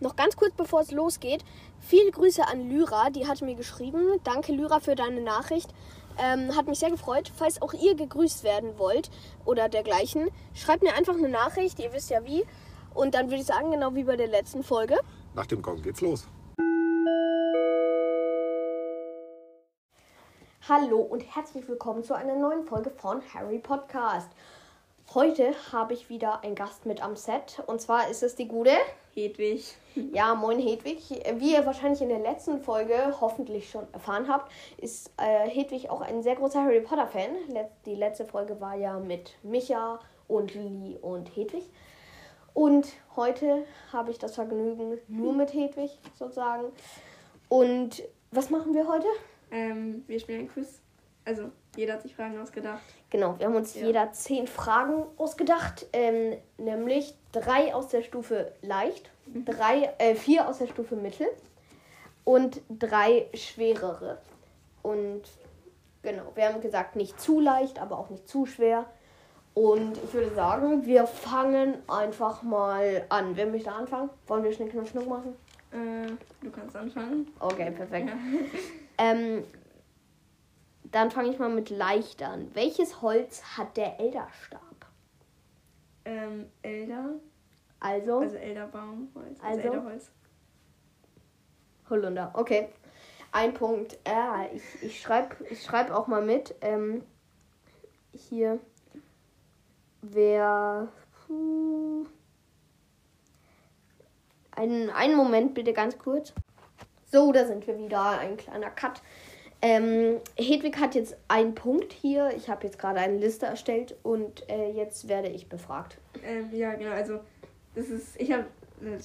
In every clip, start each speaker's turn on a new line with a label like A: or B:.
A: Noch ganz kurz bevor es losgeht, viele Grüße an Lyra, die hatte mir geschrieben. Danke Lyra für deine Nachricht. Ähm, hat mich sehr gefreut. Falls auch ihr gegrüßt werden wollt oder dergleichen, schreibt mir einfach eine Nachricht, ihr wisst ja wie. Und dann würde ich sagen, genau wie bei der letzten Folge.
B: Nach dem Gong geht's los.
A: Hallo und herzlich willkommen zu einer neuen Folge von Harry Podcast. Heute habe ich wieder einen Gast mit am Set und zwar ist es die gute.
C: Hedwig.
A: Ja, moin Hedwig. Wie ihr wahrscheinlich in der letzten Folge hoffentlich schon erfahren habt, ist äh, Hedwig auch ein sehr großer Harry Potter Fan. Let die letzte Folge war ja mit Micha und Lili und Hedwig. Und heute habe ich das Vergnügen nur mit Hedwig sozusagen. Und was machen wir heute?
C: Ähm, wir spielen ein Quiz. Also, jeder hat sich Fragen ausgedacht.
A: Genau, wir haben uns
C: Ja.
A: jeder zehn Fragen ausgedacht, ähm, nämlich drei aus der Stufe leicht, drei, äh, vier aus der Stufe mittel und drei schwerere. Und genau, wir haben gesagt, nicht zu leicht, aber auch nicht zu schwer. Und ich würde sagen, wir fangen einfach mal an. Wer möchte anfangen? Wollen wir Schnick, Schnuck, Schnuck machen?
C: Äh, du kannst anfangen.
A: Okay, perfekt.
C: Ja.
A: Ähm, dann fange ich mal mit leicht an. Welches Holz hat der Elderstab?
C: Ähm, Elder.
A: Also,
C: Also Elderbaumholz. Also,
A: Also?
C: Elderholz.
A: Holunder. Okay. Ein Punkt. Ah, ich ich schreibe ich schreib auch mal mit. Ähm, hier. Wer. Puh. Einen, einen Moment bitte ganz kurz. So, da sind wir wieder. Ein kleiner Cut. Ähm, Hedwig hat jetzt einen Punkt hier. Ich habe jetzt gerade eine Liste erstellt und äh, jetzt werde ich befragt.
C: Ähm, ja, genau. Also, das ist. Ich habe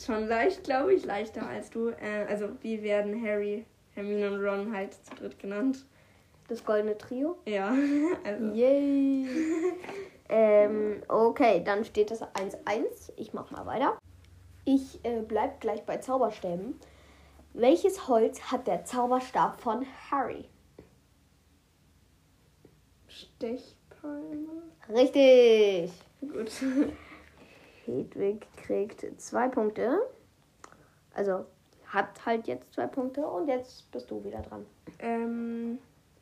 C: schon leicht, glaube ich, leichter als du. Äh, also, wie werden Harry, Hermine und Ron halt zu dritt genannt?
A: Das goldene Trio.
C: Ja, also.
A: Yay! ähm, okay, dann steht es 1-1. Ich mach mal weiter. Ich äh, bleib gleich bei Zauberstäben. Welches Holz hat der Zauberstab von Harry?
C: Stechpalme.
A: Richtig!
C: Gut.
A: Hedwig kriegt zwei Punkte. Also hat halt jetzt zwei Punkte und jetzt bist du wieder dran.
C: ähm,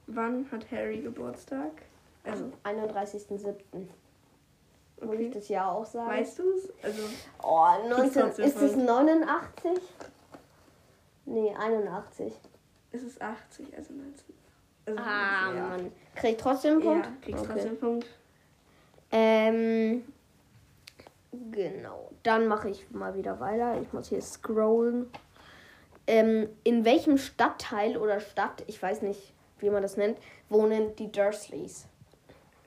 C: wann hat Harry Geburtstag? Also,
A: Am 31.07. Muss ich
C: okay.
A: das Jahr auch sagen?
C: Weißt du es? Also,
A: Oh, 19,
C: trotzdem
A: ist es
C: falsch.
A: 89? Nee, 81.
C: es ist 80, also 19. Also,
A: Ah,
C: ja.
A: Mann. Krieg trotzdem einen Punkt?
C: Ja, kriegst
A: Okay.
C: trotzdem einen Punkt.
A: Ähm, genau. Dann mache ich mal wieder weiter. Ich muss hier scrollen. Ähm, in welchem Stadtteil oder Stadt, ich weiß nicht, wie man das nennt, wohnen die Dursleys?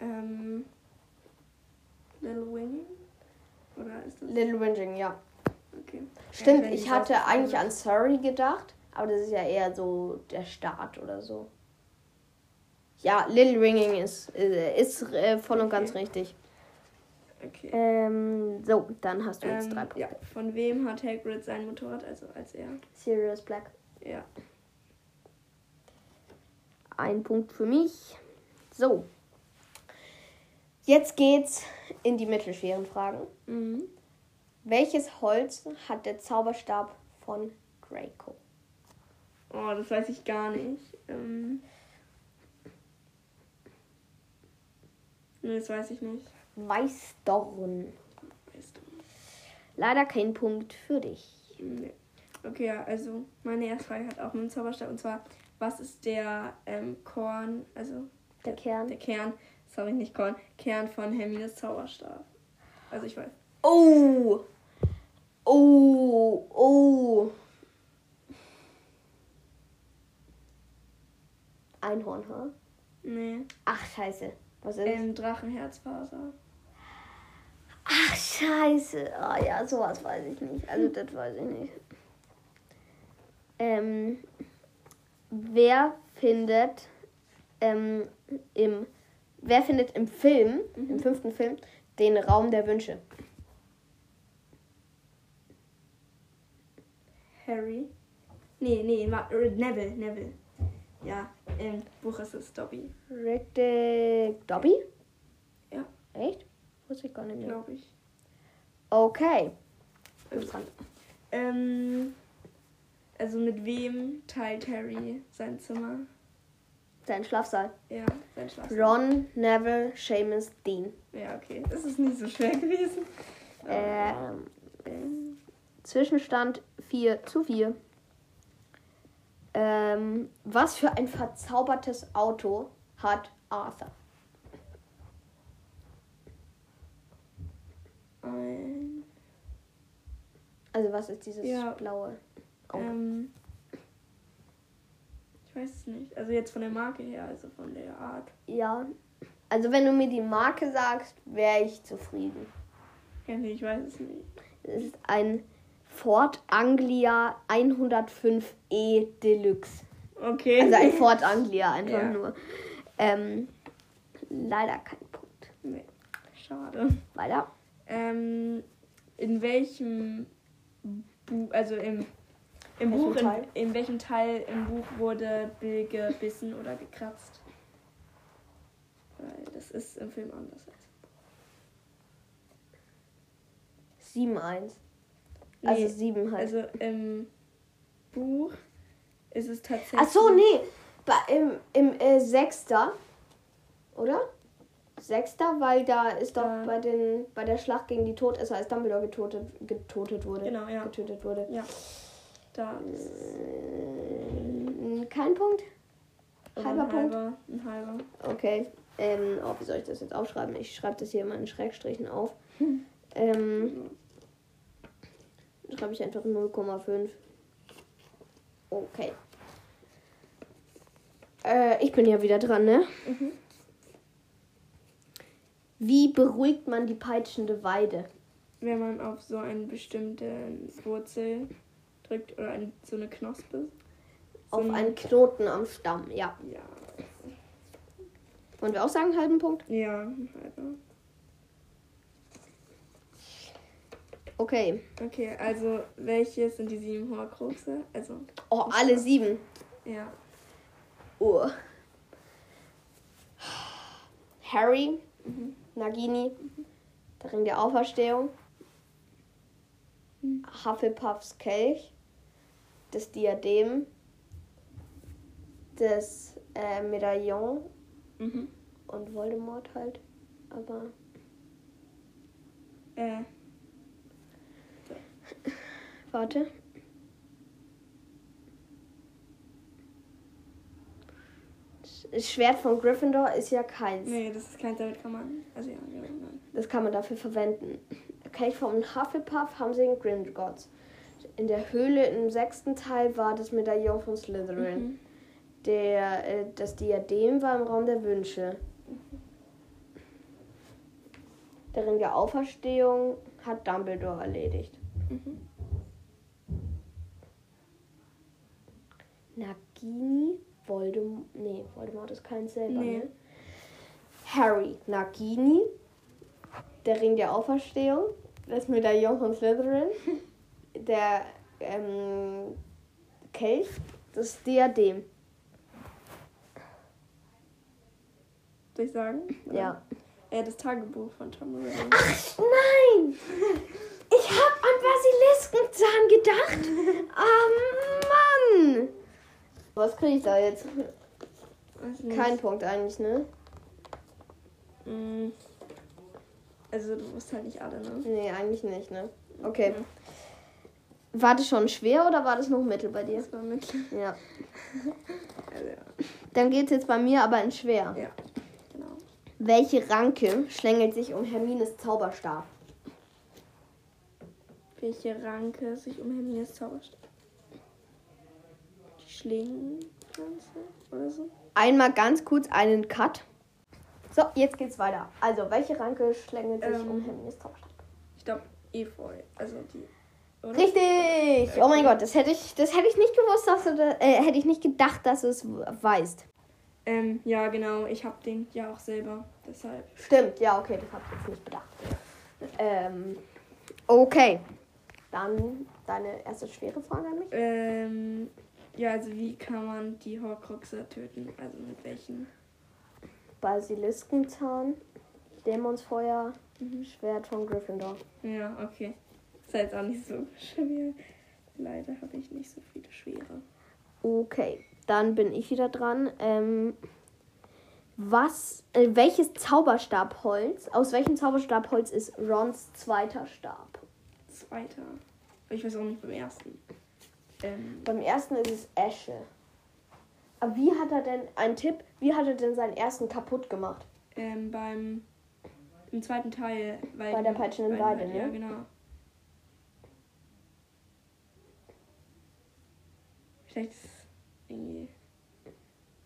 C: Ähm, Little Wing? Oder ist das?
A: Little Winging, ja.
C: okay.
A: Stimmt,
C: Ja,
A: ich
C: weiß
A: hatte
C: nicht,
A: eigentlich
C: also-
A: an Surrey gedacht, aber das ist ja eher so der Staat oder so. Ja, Little Ringing ist, äh, ist äh, voll und ganz
C: Okay.
A: richtig.
C: Okay.
A: Ähm, so, dann hast du jetzt
C: Ähm,
A: drei Punkte.
C: ja. Von wem hat Hagrid sein Motorrad? Also als er.
A: Sirius Black.
C: Ja.
A: Ein Punkt für mich. So. Jetzt geht's in die mittelschweren Fragen.
C: Mhm.
A: Welches Holz hat der Zauberstab von Draco?
C: Oh, das weiß ich gar nicht. Ähm. Nee, das weiß ich nicht.
A: Weißdorn.
C: Weißt du.
A: Leider kein Punkt für dich.
C: Nee. Okay, ja, also meine erste Frage hat auch mit dem Zauberstab. Und zwar, was ist der ähm, Korn, also
A: Der Kern.
C: Der Kern, sorry, nicht Korn, Kern von Hermines Zauberstab. Also ich weiß.
A: Oh! Oh! Oh! Einhornhaar.
C: Nee.
A: Ach, scheiße. Was ist?
C: Ähm, Drachenherzfaser.
A: Ach, scheiße. Ah ja, sowas weiß ich nicht. Also das weiß ich nicht. Ähm, wer findet ähm, im Wer findet im Film, im fünften Film, den Raum der Wünsche?
C: Harry. Nee, nee, Ma äh, Neville, Neville. Ja, im Buch ist es Dobby,
A: Richtig. Dobby?
C: Ja.
A: Echt? Wusste ich gar nicht mehr.
C: glaube ich.
A: Okay.
C: Also, Ähm, also mit wem teilt Harry sein Zimmer?
A: Sein Schlafsaal.
C: Ja, sein Schlafzimmer.
A: Ron, Neville, Seamus, Dean.
C: Ja, okay. Das ist nicht so schwer gewesen.
A: Ähm, Zwischenstand 4 zu 4. Ähm, was für ein verzaubertes Auto hat Arthur?
C: Ein,
A: Also was ist dieses
C: Ja.
A: blaue? Auto?
C: ähm, ich weiß es nicht. Also jetzt von der Marke her, also von der Art.
A: Ja. Also wenn du mir die Marke sagst, wäre ich zufrieden.
C: Ja, nee, ich weiß es nicht.
A: Es ist ein Ford Anglia 105e Deluxe.
C: Okay.
A: Also ein Ford Anglia einfach
C: Ja.
A: nur. Ähm, leider kein Punkt.
C: nee. Schade.
A: Weiter.
C: Ähm, in welchem Buch, also im,
A: Welchem
C: im Buch, in,
A: Teil?
C: in welchem Teil im Buch wurde Bill gebissen oder gekratzt? Weil das ist im Film anders. Als
A: 7-1.
C: nee,
A: Also 7 halt.
C: also im Buch ist es tatsächlich.
A: Ach so, nee. Bei, Im im äh, Sechster, oder? Sechster, weil da ist doch
C: Ja.
A: bei, den, bei der Schlacht gegen die Todesser, als Dumbledore getötet, getötet wurde.
C: Genau, ja.
A: Getötet wurde.
C: Ja. Da ist
A: Ähm, Kein Punkt?
C: aber
A: Halber
C: ein
A: Punkt.
C: halber, ein halber.
A: Okay. Ähm, oh, wie soll ich das jetzt aufschreiben? Ich schreibe das hier immer in Schrägstrichen auf. Ähm, dann schreibe ich einfach 0,5. Okay. Äh, ich bin ja wieder dran, ne? Wie beruhigt man die peitschende Weide?
C: Wenn man auf so eine bestimmte Wurzel drückt oder ein, so eine Knospe. So
A: Auf
C: ein-
A: einen Knoten am Stamm, ja.
C: Ja.
A: Wollen wir auch sagen, einen halben Punkt?
C: Ja, ein halber.
A: Okay.
C: Okay, also welche sind die sieben Horcruxe? Also,
A: Oh, alle sieben.
C: ja.
A: Uhr. Harry, Nagini, der Ring der Auferstehung, Hufflepuffs Kelch, das Diadem, das äh, Medaillon
C: Mhm.
A: und Voldemort halt. Aber
C: Äh,
A: warte. Das Schwert von Gryffindor ist ja keins.
C: nee, das ist kein, damit kann man. Also ja, ja, nein.
A: Das kann man dafür verwenden. Kelch vom Hufflepuff haben sie den Gringotts. In der Höhle im sechsten Teil war das Medaillon von Slytherin.
C: Mhm.
A: Der, äh, das Diadem war im Raum der Wünsche. Der Ring der Auferstehung hat Dumbledore erledigt.
C: Mhm.
A: Nagini, Voldemort, nee, Voldemort ist kein selber,
C: Nee.
A: ne? Harry, Nagini, der Ring der Auferstehung, das Medaillon von Slytherin, der ähm, Kelch, das Diadem.
C: Soll ich sagen? Oder?
A: Ja.
C: Äh, das Tagebuch von Tom Riddle.
A: ne? Ach nein! Ich hab an Basiliskenzahn gedacht. Ah Mann! Was kriege ich da jetzt?
C: Weiß nicht.
A: Kein Punkt eigentlich, ne?
C: Mm. Also, du wusst halt nicht alle, ne?
A: Nee, eigentlich nicht, ne? Okay. War das schon schwer oder war das noch mittel bei dir?
C: Das war mit.
A: Ja.
C: Also, ja.
A: Dann geht's jetzt bei mir aber in schwer.
C: ja. Genau.
A: Welche Ranke schlängelt sich um Hermines Zauberstab?
C: Welche Ranke sich um Hermines Zauberstab? Die Schlingenpflanze oder so?
A: Einmal ganz kurz einen Cut. So, jetzt geht's weiter. Also, welche Ranke schlängelt sich
C: Ähm.
A: um Hermines Zauberstab?
C: Ich glaube, Efeu. Also, die. Oder?
A: Richtig! Oh mein Gott, das hätte ich, das hätte ich nicht gewusst, dass du das, äh, hätte ich nicht gedacht, dass du es w- weißt.
C: Ähm, ja, genau. Ich hab den ja auch selber. Deshalb.
A: Stimmt, ja, okay, das habe ich jetzt nicht bedacht. Ähm, okay. Dann deine erste schwere Frage an mich.
C: Ähm, ja, also wie kann man die Horcruxe töten? Also mit welchen?
A: Basiliskenzahn, Dämonsfeuer, Schwert von Gryffindor.
C: Ja, okay. Ist halt auch nicht so schwer. leider habe ich nicht so viele schwere.
A: Okay, dann bin ich wieder dran. Ähm, was, äh, welches Zauberstabholz, aus welchem Zauberstabholz ist Rons zweiter Stab?
C: Zweiter. Aber ich weiß auch nicht beim ersten. Ähm,
A: Beim ersten ist es Asche. Aber wie hat er denn, ein Tipp, wie hat er denn seinen ersten kaputt gemacht?
C: ähm, beim im zweiten Teil. Weil
A: Bei der peitschenden
C: bei den-
A: Weide,
C: Ja,
A: ne?
C: genau. Vielleicht ist es irgendwie.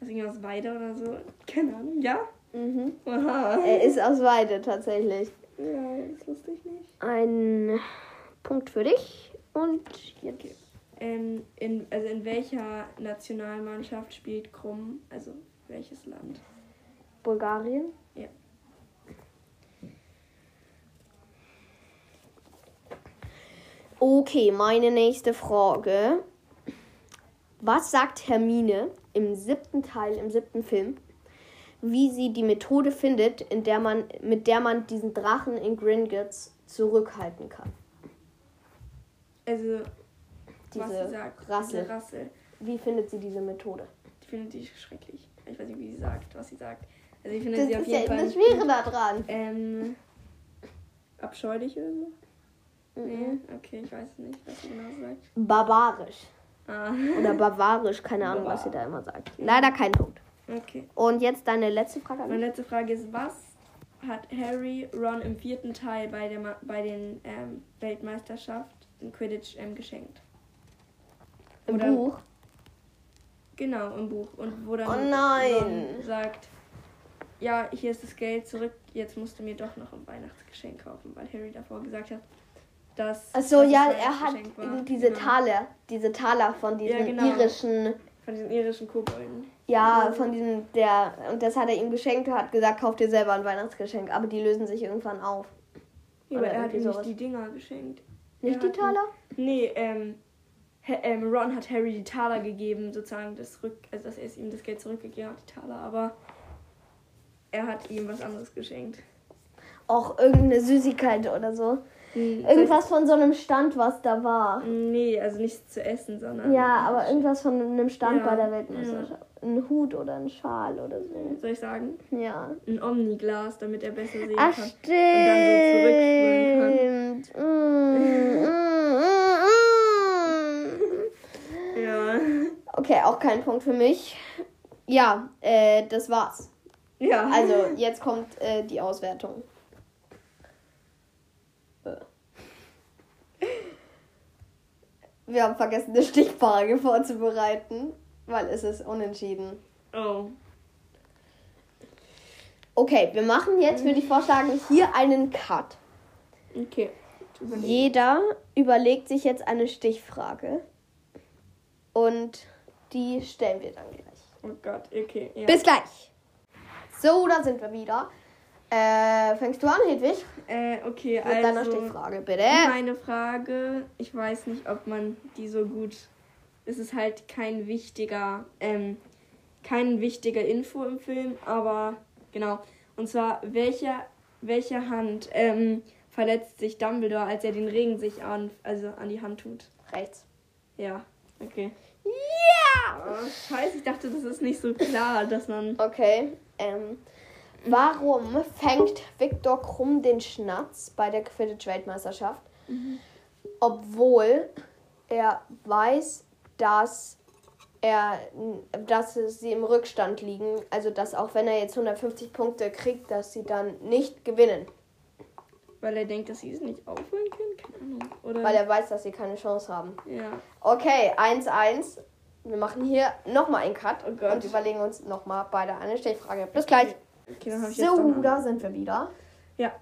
C: Was irgendwas Weide oder so? Keine Ahnung, ja?
A: Mhm.
C: Aha.
A: Er ist aus Weide tatsächlich.
C: Ja, das wusste ich nicht.
A: Ein Punkt für dich. Und jetzt.
C: Ähm, in, also in welcher Nationalmannschaft spielt Krumm? Also welches Land?
A: Bulgarien.
C: Ja.
A: Okay, meine nächste Frage. Was sagt Hermine im siebten Teil, im siebten Film, wie sie die Methode findet, in der man, mit der man diesen Drachen in Gringotts zurückhalten kann?
C: Also was sie
A: Diese
C: sagt, diese
A: Rasse.
C: Rasse.
A: Wie findet sie diese Methode?
C: Ich finde die schrecklich. Ich weiß nicht, wie sie sagt, was sie sagt. Also ich finde
A: Das
C: sie auf
A: ist ja
C: jeden
A: das
C: Fall
A: Schwere daran.
C: ähm, abscheulich oder so.
A: Mhm.
C: Nee, okay, ich weiß nicht, was sie genau sagt.
A: Barbarisch.
C: Ah,
A: Oder bavarisch, keine Ahnung, was ihr da immer sagt. Leider kein Punkt.
C: okay.
A: Und jetzt deine letzte Frage an mich.
C: Meine letzte Frage ist, was hat Harry Ron im vierten Teil bei der Ma bei den ähm, Weltmeisterschaft in Quidditch ähm, geschenkt?
A: Im
C: Oder-
A: Buch.
C: Genau, im Buch. Und wo dann
A: Oh nein.
C: Ron sagt, ja, hier ist das Geld zurück, jetzt musst du mir doch noch ein Weihnachtsgeschenk kaufen, weil Harry davor gesagt hat, dass.
A: Achso,
C: dass es
A: ja,
C: ein
A: er hat
C: Geschenk war.
A: diese
C: genau.
A: Taler, diese Taler von diesem
C: Ja, genau. Mhm.
A: irischen,
C: Von diesen irischen Kobolden.
A: ja, von diesem, der, und das hat er ihm geschenkt und hat gesagt, kauf dir selber ein Weihnachtsgeschenk, aber die lösen sich irgendwann auf.
C: Ja,
A: Oder
C: aber er hat
A: irgendwie
C: ihm nicht
A: sowas.
C: die Dinger geschenkt.
A: Nicht
C: Ja,
A: die Taler?
C: Nee, ähm, Ha- ähm, Ron hat Harry die Taler gegeben, sozusagen, das Rück also dass er es ihm das Geld zurückgegeben hat, die Taler, aber er hat ihm was anderes geschenkt.
A: Auch irgendeine Süßigkeit oder so.
C: Hm,
A: Irgendwas von so einem Stand, was da war.
C: Nee, also nichts zu essen, sondern.
A: Ja, aber irgendwas von einem Stand
C: Ja,
A: bei der Weltmeisterschaft. Ein Hut oder ein Schal oder so.
C: Soll ich sagen?
A: Ja.
C: ein Omniglas, damit er besser sehen
A: Ach,
C: kann.
A: stimmt.
C: dann
A: Mm, mm, mm, mm.
C: Ja.
A: Okay, auch kein Punkt für mich. Ja, äh, das war's.
C: Ja.
A: Also, jetzt kommt äh, die Auswertung. Äh. Wir haben vergessen, eine Stichfrage vorzubereiten, weil es ist unentschieden.
C: Oh.
A: Okay, wir machen jetzt, würde ich vorschlagen, hier einen Cut.
C: Okay.
A: Jeder überlegt sich jetzt eine Stichfrage. Und die stellen wir dann gleich.
C: Oh Gott, okay. Ja.
A: Bis gleich. So, da sind wir wieder. Äh, fängst du an, Hedwig?
C: äh, okay,
A: Mit deiner
C: also
A: Stichfrage, bitte.
C: meine Frage, ich weiß nicht, ob man die so gut. Es ist halt kein wichtiger, ähm, kein wichtiger Info im Film, aber genau. Und zwar, welche, welche Hand ähm, verletzt sich Dumbledore, als er den Regen sich an, also an die Hand tut?
A: Rechts.
C: Ja, okay.
A: Ja!
C: Oh, scheiße, ich dachte, das ist nicht so klar, dass man.
A: Okay. Ähm, warum fängt Viktor Krumm den Schnatz bei der Quidditch-Weltmeisterschaft, obwohl er weiß, dass er, dass es- sie im Rückstand liegen, also dass auch wenn er jetzt 150 Punkte kriegt, dass sie dann nicht gewinnen,
C: Weil er denkt, dass sie es nicht aufholen können? Keine Ahnung. Oder?
A: weil er weiß, dass sie keine Chance haben.
C: ja.
A: Okay, 1-1. Wir machen hier nochmal einen Cut
C: Oh Gott.
A: und überlegen uns nochmal beide eine Stichfrage. Bis gleich.
C: Okay, dann hab ich jetzt
A: So,
C: doch
A: da
C: noch-
A: sind wir wieder.
C: Ja.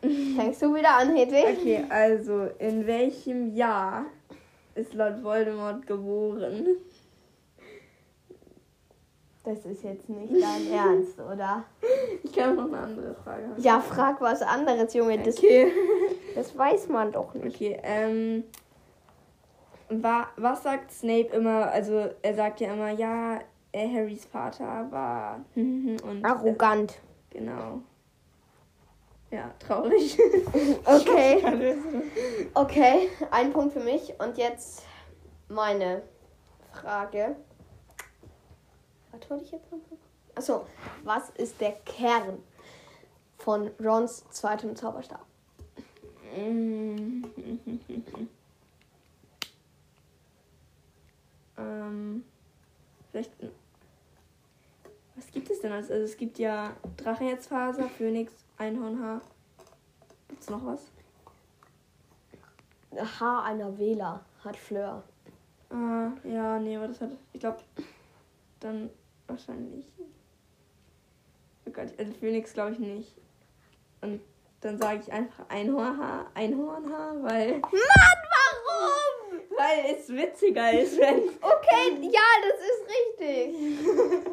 A: Fängst du wieder an, Hedwig?
C: Okay, also, in welchem Jahr ist Lord Voldemort geboren?
A: Das ist jetzt nicht dein Ernst, oder?
C: Ich kann auch noch eine andere Frage haben.
A: Ja, frag was anderes, Junge. Das,
C: Okay.
A: das weiß man doch nicht.
C: Okay, ähm. Wa was sagt Snape immer? Also, er sagt ja immer, ja, äh, Harrys Vater war. und.
A: Arrogant.
C: Genau. Ja, traurig.
A: Okay,
C: Alles.
A: okay. Ein Punkt für mich. Und jetzt meine Frage. Was wollte ich jetzt noch? Achso, was ist der Kern von Rons zweitem Zauberstab?
C: Mm. ähm, vielleicht. Was gibt es denn als? Also es gibt ja Drachenherzfaser, Phönix, Einhornhaar. Gibt's noch was?
A: Haar einer Wähler hat Fleur.
C: Ah, ja, nee, aber das hat. Ich glaube, dann wahrscheinlich. Oh Gott, also Phoenix glaube ich nicht. Und dann sage ich einfach Einhornhaar, Einhornhaar, weil.
A: Mann, warum?
C: Weil es witziger ist, wenn.
A: Okay, ja, das ist richtig.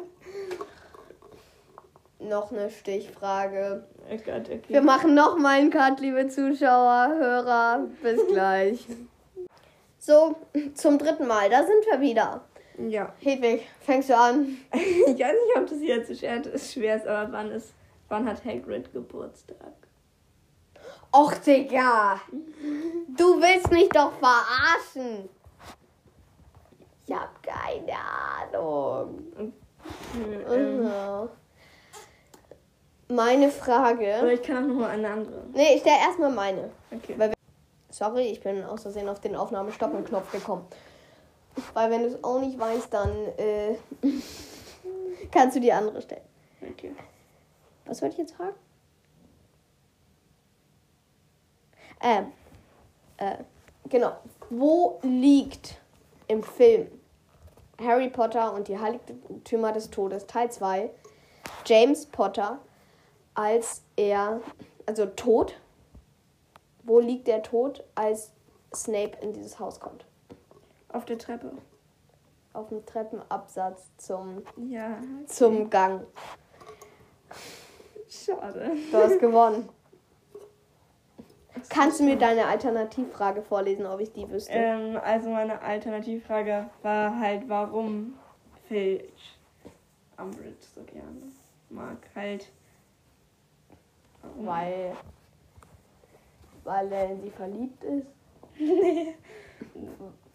A: noch eine Stichfrage.
C: Oh Gott, okay.
A: Wir machen noch mal einen Cut, liebe Zuschauer, Hörer. Bis gleich. So, zum dritten Mal, da sind wir wieder.
C: Ja.
A: Hedwig, fängst du an?
C: Ich weiß nicht, ob das jetzt so schwer ist, schwer ist aber wann ist. Wann hat Hagrid Geburtstag?
A: Och, Digga. Du willst mich doch verarschen. Ich hab keine Ahnung.
C: Hm, ähm,
A: Mhm. Meine
C: aber
A: Frage.
C: ich kann auch nochmal eine andere.
A: Nee, ich stelle erstmal meine.
C: Okay.
A: Weil- Sorry, ich bin aus Versehen auf den Aufnahmestoppen-Knopf gekommen. Weil wenn du es auch nicht weißt, dann äh, kannst du die andere stellen.
C: okay.
A: Was wollte ich jetzt fragen? Ähm, äh, genau. Wo liegt im Film Harry Potter und die Heiligtümer des Todes Teil 2 James Potter, als er, also tot, wo liegt der tot, als Snape in dieses Haus kommt?
C: Auf der Treppe.
A: Auf dem Treppenabsatz zum,
C: Ja.
A: zum Gang.
C: Schade.
A: Du hast gewonnen. Kannst du mir deine Alternativfrage vorlesen, ob ich die wüsste?
C: Ähm, also meine Alternativfrage war halt, warum Filch Umbridge so gerne mag. Halt. Warum?
A: Weil. Weil er in sie verliebt ist?
C: Nee.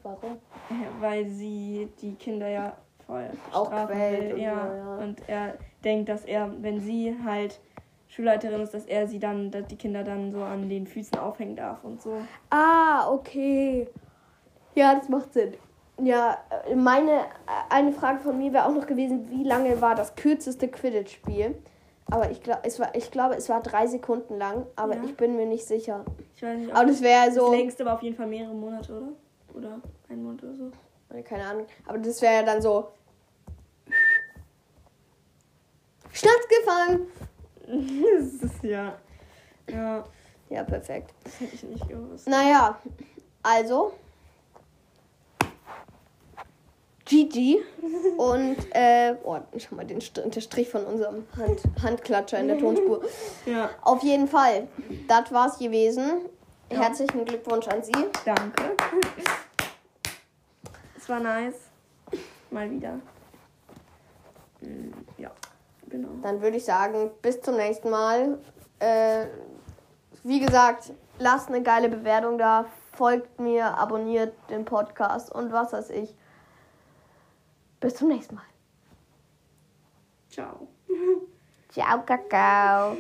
A: Warum?
C: Weil sie die Kinder ja voll
A: Auch
C: strafen
A: quält
C: will.
A: und
C: Ja.
A: so, ja.
C: Und er denkt, dass er, wenn sie halt Schulleiterin ist, dass er sie dann, dass die Kinder dann so an den Füßen aufhängen darf und so.
A: Ah, okay. Ja, das macht Sinn. Ja, äh, meine, äh, eine Frage von mir wäre auch noch gewesen, wie lange war das kürzeste Quidditch-Spiel? Aber ich, glaub, es war, ich glaube, es war drei Sekunden lang, aber
C: Ja.
A: ich bin mir nicht sicher.
C: Ich weiß nicht, ob
A: Aber das wäre
C: das
A: so.
C: längst, aber auf jeden Fall mehrere Monate, oder? Oder ein Monat oder so.
A: Äh, Keine Ahnung. Aber das wäre ja dann so. Schnatz gefangen!
C: das ist ja. Ja,
A: Ja, perfekt.
C: das hätte ich nicht gewusst.
A: Naja, also. Gigi und, äh, oh, schau mal den St der Strich von unserem Hand Handklatscher in der Tonspur.
C: Ja,
A: Auf jeden Fall, das war's gewesen.
C: Ja.
A: Herzlichen Glückwunsch an Sie.
C: danke. Es war nice. Mal wieder. Mm, Ja, genau.
A: Dann würde ich sagen, bis zum nächsten Mal. Äh, wie gesagt, lasst eine geile Bewertung da, folgt mir, abonniert den Podcast und was weiß ich. Bis zum nächsten Mal.
C: Ciao.
A: Ciao, Kakao.